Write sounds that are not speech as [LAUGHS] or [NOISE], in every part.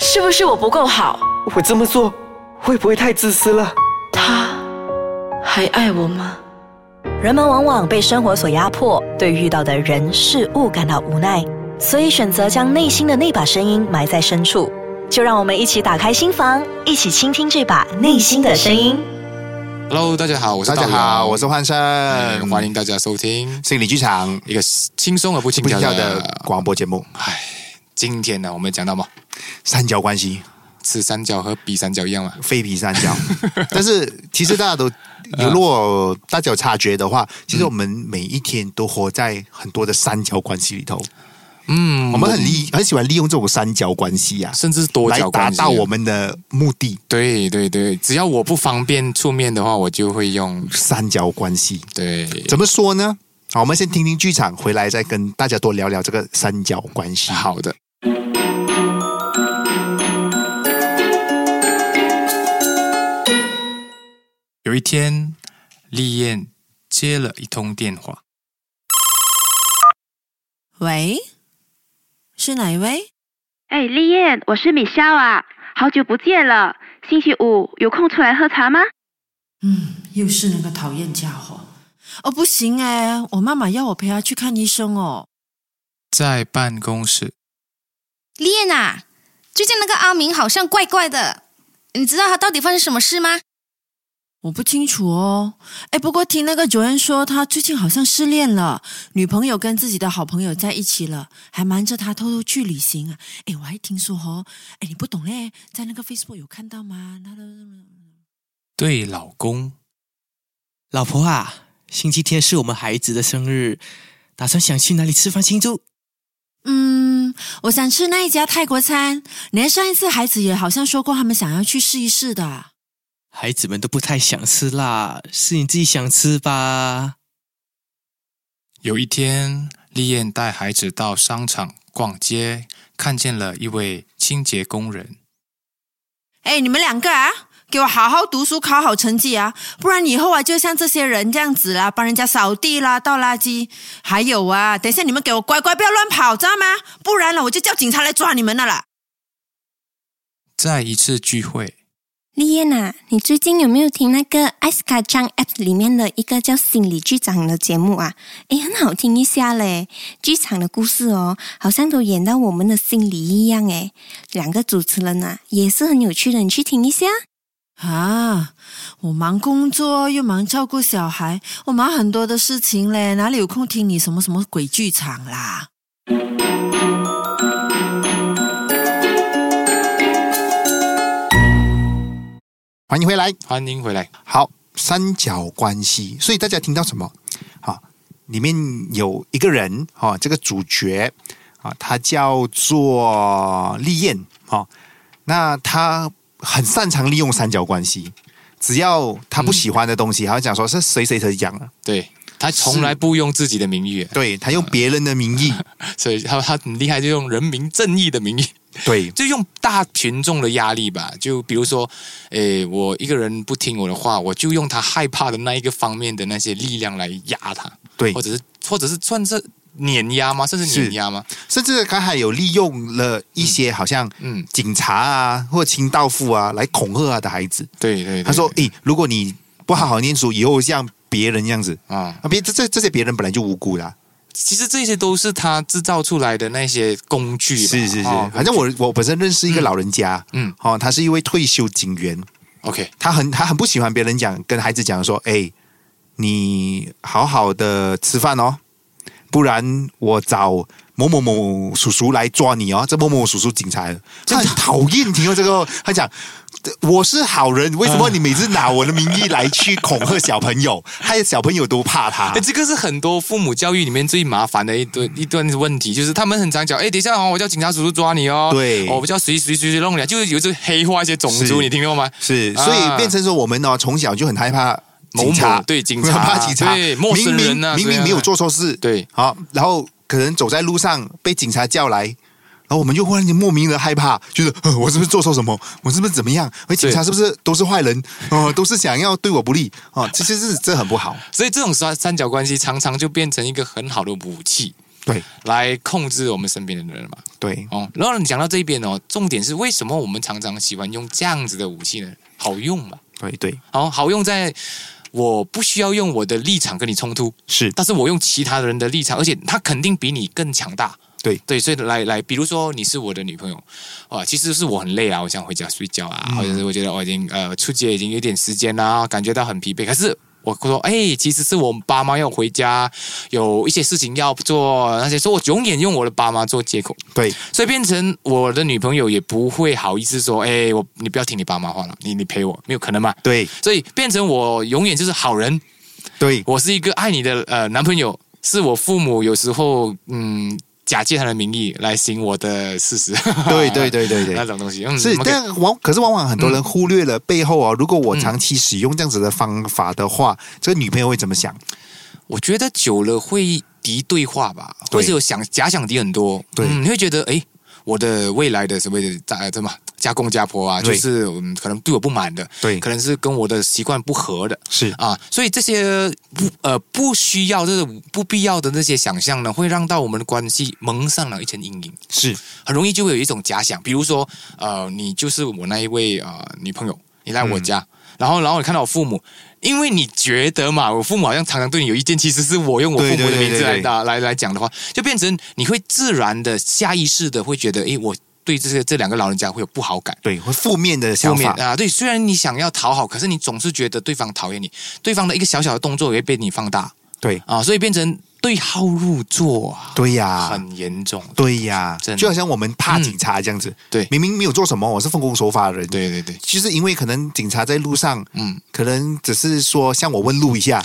是不是我不够好？我这么做会不会太自私了？他还爱我吗？人们往往被生活所压迫，对遇到的人事物感到无奈，所以选择将内心的那把声音埋在深处。就让我们一起打开心房，一起倾听这把内心的声音。 Hello，大家好，我是大家道好，友我是幻胜，嗯欢迎大家收听心理剧场一个轻松而不轻不佻跳的的。广播节目今天呢，我们讲到嘛， 《三角关系》，此三角和彼三角一样嘛，非比三 [LAUGHS] 角。但是其实大家都，有嗯如果大家有察觉的话，其实我们每一天都活在很多的三角关系里头。嗯，我们很利很喜欢利用这种三角关系啊，甚至是多来角达关系到我。们的目的。对对对，只要我不方便出面的话，我就会用三角关系对。怎么说呢？好，我们先听听剧场，回来再跟大家多聊聊这个三角关系。好的，有一天，丽燕接了一通电话。喂，是哪一位？哎，丽燕，我是米肖啊，好久不见了。星期五有空出来喝茶吗？嗯，又是那个讨厌家伙。哦，不行哎，我妈妈要我陪她去看医生哦。在办公室，练啊，最近那个阿明好像怪怪的，你知道他到底发生什么事吗？我不清楚哦。哎，不过听那个九恩说，他最近好像失恋了，女朋友跟自己的好朋友在一起了，还瞒着他偷偷去旅行啊。哎，我还听说哦，哎，你不懂嘞，在那个 Facebook 有看到吗？那那那对老公，老婆啊，星期天是我们孩子的生日，打算想去哪里吃饭庆祝？嗯，我想吃那一家泰国餐。连上一次孩子也好像说过，他们想要去试一试的。孩子们都不太想吃辣，是你自己想吃吧？有一天，丽燕带孩子到商场逛街，看见了一位清洁工人。哎，你们两个啊，给我好好读书，考好成绩啊，不然以后啊，就像这些人这样子啦，帮人家扫地啦，倒垃圾。还有啊，等一下你们给我乖乖，不要乱跑，知道吗？不然呢，我就叫警察来抓你们了啦。在一次聚会，丽燕啊，你最近有没有听那个艾斯卡trang app 里面的一个叫心理剧场的节目啊？诶，很好听一下嘞，剧场的故事哦，好像都演到我们的心里一样诶。两个主持人啊，也是很有趣的，你去听一下。啊，我忙工作又忙照顾小孩，我忙很多的事情嘞，哪里有空听你什么什么鬼剧场啦？欢迎回来。欢迎回来。好，三角关系，所以大家听到什么？好、里面有一个人，哦，这个主角啊，他叫做丽燕，哦，那他很擅长利用三角关系，只要他不喜欢的东西，他会讲说是谁谁谁讲的，对他从来不用自己的名义，对他用别人的名义，所以他他很厉害，就用人民正义的名 [LAUGHS] 义，对就用大群众的压力吧。就比如说，诶，我一个人不听我的话，我就用他害怕的那一个方面的那些力量来压他，对或，者是或者是算是碾压吗？甚至碾是压吗？甚至他还有利用了一些好像嗯，警察啊或清道夫啊来恐吓他的孩子，对对对他说，诶，如果你不好好念书，以后像别人这样子。啊、啊，别这这这些别人本来就无辜啊啦，其实这些都是他制造出来的那些工具吧。是是是哦，反正我我本身认识一个老人家，嗯哦，他是一位退休警员， OK，他很他很不喜欢别人讲跟孩子讲说，哎，你好好的吃饭哦，不然我找某某某叔叔来抓你哦，这某某叔叔警察，他很讨厌听到这个，他讲。我是好人，为什么你每次拿我的名义来去恐吓小朋友，害小朋友都怕他哎，？这个是很多父母教育里面最麻烦的一段一段问题，就是他们很常讲，哎，等一下哦，我叫警察叔叔抓你哦，对哦我叫谁谁谁谁弄你啊，就是有一种黑化一些种族，是你听过吗？是，所啊以变成说我们呢、从小就很害怕某某警察，对警察很 [LAUGHS] 怕警察，对陌生人啊明明这明样明没有做错事，对，好、然后可能走在路上被警察叫来。然后我们就忽然间莫名的害怕，觉得呃我是不是做错什么？我是不是怎么样？而警察是不是都是坏人？哦、都是想要对我不利哦，这些是这很不好。所以这种三三角关系常常就变成一个很好的武器，对来控制我们身边的人嘛。对，哦，然后你讲到这一边哦，重点是为什么我们常常喜欢用这样子的武器呢？好用嘛，对对好哦好用在我不需要用我的立场跟你冲突，是，但是我用其他人的立场，而且他肯定比你更强大。对对，所以来来，比如说你是我的女朋友，哇，其实是我很累啊，我想回家睡觉啊，或者是我觉得我已经呃出街已经有点时间啦，感觉到很疲惫，可是。我说，哎，其实是我爸妈要回家，有一些事情要做，那些，所以我永远用我的爸妈做借口，对所以变成我的女朋友也不会好意思说，哎，我你不要听你爸妈话了，你你陪我，没有可能嘛。对所以变成我永远就是好人，对我是一个爱你的呃男朋友，是我父母有时候嗯假借他的名义来行我的事实，对对对对 [LAUGHS] 那对。种东西，嗯，是，怎么可嗯以但往可是往往很多人忽略了背后哦。如果我长期使用这样子的方法的话，这个女朋友会怎么想？我觉得久了会敌对话吧，对会是有想假想敌很多，对嗯你会觉得哎。诶我的未来的所谓的大什么家公家婆啊，就对是嗯，可能对我不满的，对可能是跟我的习惯不合的，是啊，所以这些不呃不需要这种不必要的那些想象呢，会让到我们的关系蒙上了一层阴影，是，很容易就会有一种假想，比如说呃，你就是我那一位呃女朋友，你来我家，嗯然后然后你看到我父母。因为你觉得嘛，我父母好像常常对你有意见，其实是我用我父母的对对对名字来对对打来来讲的话，就变成你会自然的、下意识的会觉得，诶，我对这个这两个老人家会有不好感。对，会负面的想负面法，啊，对，虽然你想要讨好，可是你总是觉得对方讨厌你，对方的一个小小的动作也会被你放大对啊，所以变成对号入座啊，对呀、很严重。对呀、真的嗯就好像我们怕警察这样子，对明明没有做什么，我是奉公守法的人，，对对 [LAUGHS] 对，就是因为可能警察在路上，嗯，可能只是说向我问路一下，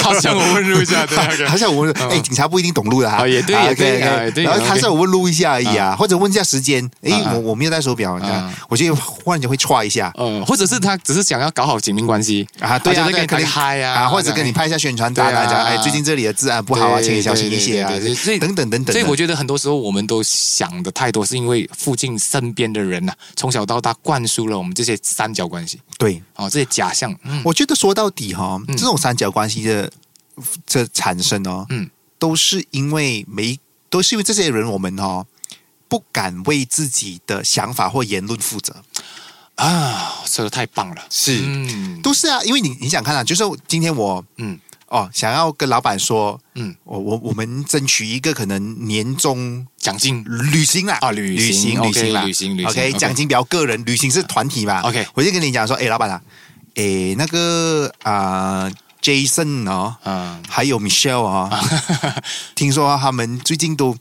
他向我问路一下，对 [LAUGHS] 那个他向我问，哎、警察不一定懂路的哈、哦也对啊也对 OK，OK 啊也对然后他 OK 嗯向我问路一下而已啊，或者问一下时间，哎、啊啊我我没有带手表，你看，啊我就忽然间会歘一下。 [LAUGHS] 呃，或者是他只是想要搞好警民关系啊，对啊，他就在跟对你打个嗨啊或者跟你拍一下宣传单啊，对啊讲哎，最近这里的治安不好啊，对请你小心一对些啊对对对，所以等等等等的。所以我觉得很多时候我们都想的太多，是因为附近身边的人呐、啊从小到大灌输了我们这些三角关系，对，哦，这些假象，嗯，我觉得说到底哈、这种三角关系的这产生哦，嗯，都是因为没都是因为这些人我们哦不敢为自己的想法或言论负责，啊，说的太棒了，是嗯，都是啊，因为你你想看啊，就是今天我嗯哦想要跟老板说，嗯，我我我们争取一个可能年终。奖金旅行啦啊旅哦旅行行 OK，啦旅行旅行 OK， OK 奖金比较个人，旅行是团体嘛 OK 我就跟你讲说，哎，老板啊，哎那个啊、Jason 哦，啊，还有 Michelle [LAUGHS] 啊、听说他们最近都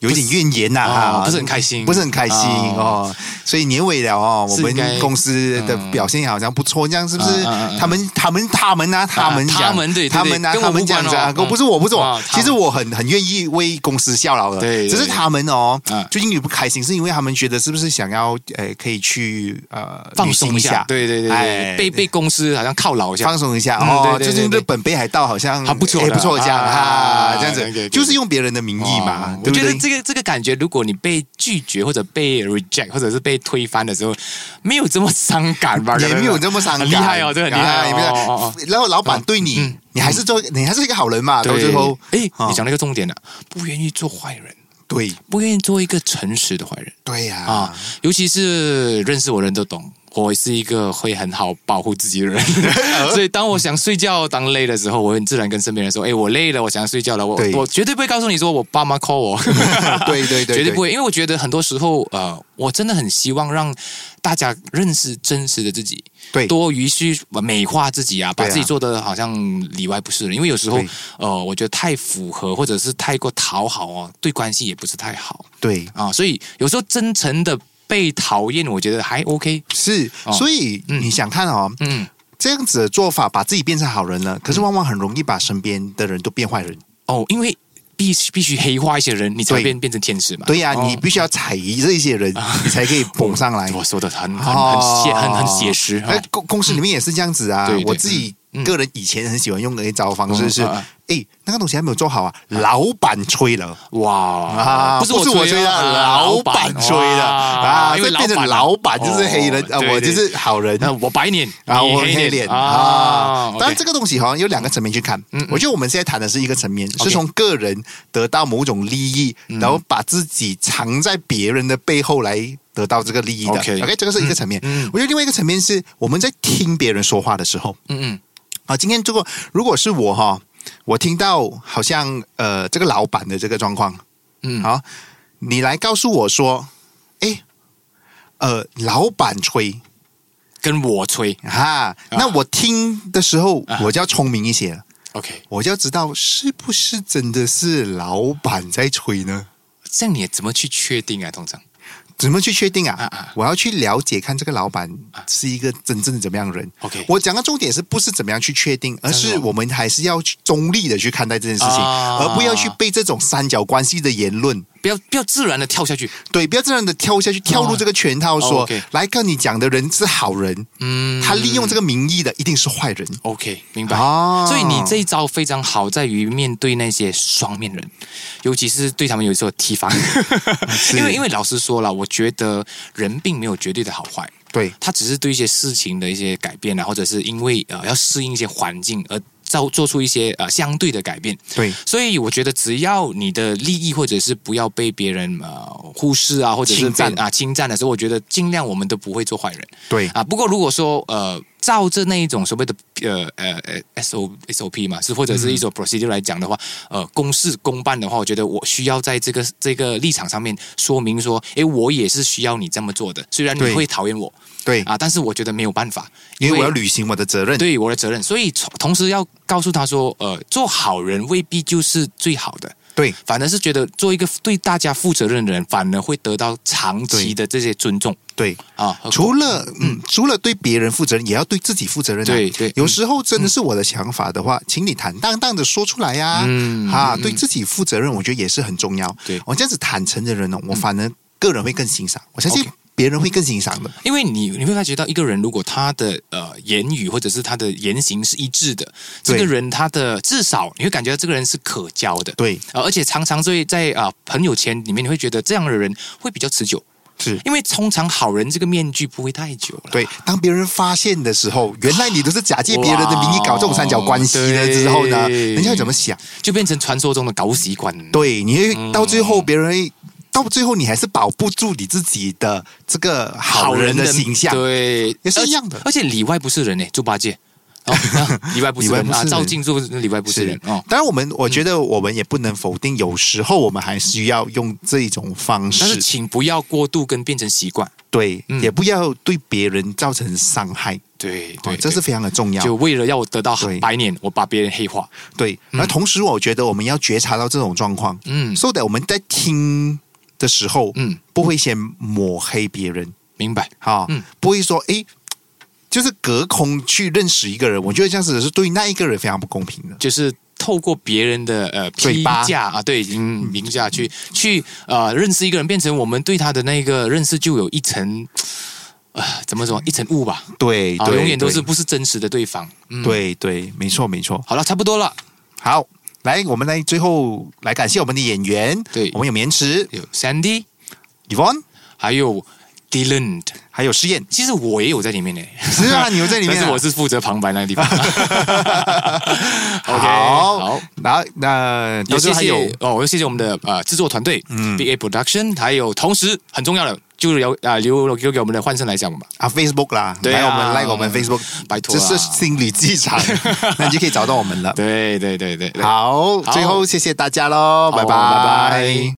有一点怨言呐、哦哈不是很开心不是很开心哦哦所以年尾了哦，我是应该们公司的表现好像不错，这样是不是嗯嗯嗯嗯？他们他们他们啊，他们讲他们对对对他们啊，跟我他们无这关样子啊，哦跟嗯不是我不是啊我，他们其实我很很愿意为公司效劳的，对对只是对他们哦嗯，最近有不开心，是因为他们觉得是不是想要呃可以去呃放旅松行一下下，，对对对对，哎被被公司好像犒劳一下放，松一下嗯哦。对对最对近对日本北海道好像还不错哎的不错，这样啊哈，啊这样对对子对就是用别人的名义嘛哦，我对不觉得对？这个这个感觉，如果你被拒绝或者被 reject 或者是被推翻的时候，没有这么伤感吧？ [LAUGHS] 也没有这么伤感，很厉害哦，这很厉啊害也没有哦。哦哦然后老板对你嗯，你还是做，你还是一个好人嘛。到对最后，哎，哦你讲了一个重点了，不愿意做坏人，对不愿意做一个诚实的坏人对呀，啊，尤其是认识我的人都懂。我是一个会很好保护自己 [LAUGHS] 的人，所以当我想睡觉、当累的时候，我很自然跟身边人说：“哎，我累了，我想睡觉了。我”对我绝对不会告诉你说我爸妈 call 我， [LAUGHS] [LAUGHS] 对对对，绝对不会，因为我觉得很多时候，呃，我真的很希望让大家认识真实的自己，对多于去美化自己啊，把对啊自己做的好像里外不是人。因为有时候对，呃，我觉得太符合或者是太过讨好哦，对关系也不是太好对。啊。所以有时候真诚的被讨厌，我觉得还 OK。是，哦所以嗯你想看哦，嗯，这样子的做法把自己变成好人了，可是往往很容易把身边的人都变坏人。哦，因为必须必须黑化一些人，你才会对变变成天使嘛。对呀，哦哎你必须要踩这一些人，你才 [LAUGHS] 可以捧上来。我说的很很很写很很写实。哎哦，公公司里面也是这样子啊对，对我自己个人以前很喜欢用的一招方式是，嗯哎、啊那个东西还没有做好啊，老板催了。哇，啊，不是我啊我吹的，老板吹的啊，因为这变成板老板就是黑人哦啊，对我对就是好人那我白脸 [LAUGHS] 啊，你我黑脸啊啊。。当然，这个个东西好像有两个层面去看嗯嗯。我觉得我们现在谈的是一个层面，是从个人得到某种利益，嗯然后把自己藏在别人的背后来得到这个利益的。 OK OK，这个是一个层面嗯嗯。我觉得另外一个层面是我们在听别人说话的时候，嗯嗯啊，今天如果如果是我哈，我听到好像呃这个老板的这个状况，嗯好，你来告诉我说，哎，呃，老板吹跟我吹哈，啊那我听的时候、啊我就要聪明一些了， ，OK，我就要知道是不是真的是老板在吹呢？这样你怎么去确定啊？通常怎么去确定啊？啊啊我要去了解看这个老板是一个真正的怎么样的人。 OK 我讲的重点是不是怎么样去确定，而但是是我我们还是要去中立的去看待这件事情，啊而不要去被这种三角关系的言论。不要不要自然的跳下去，对，不要自然的跳下去，跳入这个圈套说，哦，OK 来跟你讲的人是好人，嗯，他利用这个名义的一定是坏人。 OK，明白。哦所以你这一招非常好，在于面对那些双面人，尤其是对他们有时候提防。因为因为老实说了，我觉得人并没有绝对的好坏，对，他只是对一些事情的一些改变啊，或者是因为呃要适应一些环境而造做出一些呃相对的改变。对，所以我觉得，只要你的利益或者是不要被别人呃忽视啊，或者是被侵占啊侵占的时候，我觉得尽量我们都不会做坏人。对啊，不过如果说呃，照着那一种所谓的呃呃呃 S O S O P 嘛，是或者是一嗯种 procedure 来讲的话，呃，公事公办的话，我觉得我需要在这个这个立场上面说明说，诶，我也是需要你这么做的，虽然你对会讨厌我对，啊，但是我觉得没有办法，因为我要履行我的责任。对我的责任，所以从同时要告诉他说，呃，做好人未必就是最好的。对反而是觉得做一个对大家负责任的人，反而会得到长期的这些尊重对，啊。和除了嗯，除了对别人负责任，也要对自己负责任、啊。对对有时候真的是我的想法的话，请你坦荡荡的说出来呀、啊。嗯嗯嗯对自己负责任，我觉得也是很重要。哦对嗯我这样子坦诚的人呢，我反而个人会更欣赏，我相信 OK 嗯别人会更欣赏的。因为你你会发觉到一个人，如果他的呃言语或者是他的言行是一致的，这对个人他的至少你会感觉到这个人是可交的，对，呃、而且常常会在啊、朋友圈里面，你会觉得这样的人会比较持久，是。因为通常好人这个面具不会太久了。对，当别人发现的时候，原来你都是假借别人的名义搞这种三角关系了之后哇呢，对人家会怎么想？就变成传说中的搞习惯。对，你会到最后，别人会、到最后，你还是保不住你自己的这个好人的形象。对，也是一样的而且而且里外不是人呢，欸猪八戒， [LAUGHS] 哦，啊里外不是里外人不是啊，人照镜做里外不是人哦。当然，我们我觉得我们也不能否定，有时候我们还需要用这一种方但是式，请不要过度跟变成习惯。对，嗯也不要对别人造成伤害，对哦对，这是非常的重要就。为了要我得到对白脸，我把别人黑化。对，而同时，我觉得我们要觉察到这种状况，嗯所以我们在听的时候，嗯，不会先抹黑别人，明白。哈、嗯不会说诶，就是隔空去认识一个人，我觉得这样子是对那一个人非常不公平的。就是透过别人的呃嘴评巴价啊，对，嗯，评价去去呃认识一个人，变成我们对他的那个认识就有一层。呃，怎么说一层雾吧，对，啊，对永远都是对不是真实的对方。嗯，对对，没错没错。好了，差不多了。好，来，我们来最后来感谢我们的演员，对我们有棉池、有 Sandy， Yvonne，还有 Dylan，还有试验，其实我也有在里面呢，是 [LAUGHS] 啊，你们在里 [LAUGHS] 面、但啊，是我是负责旁白那个地 [LAUGHS] 方。OK，好，好。然后那也都谢是还谢有哦，我要谢谢我们的呃制作团队，嗯，Big A Production，还有同时很重要的就是留啊留留给我们的换声来讲吧，啊 Facebook 啦，对啊来我们 like 我们 Facebook，拜托这啦是心理剧 [LAUGHS] 场，那你就可以找到我们了。对对对对，对啊好，好最后谢谢大家喽，好拜拜拜拜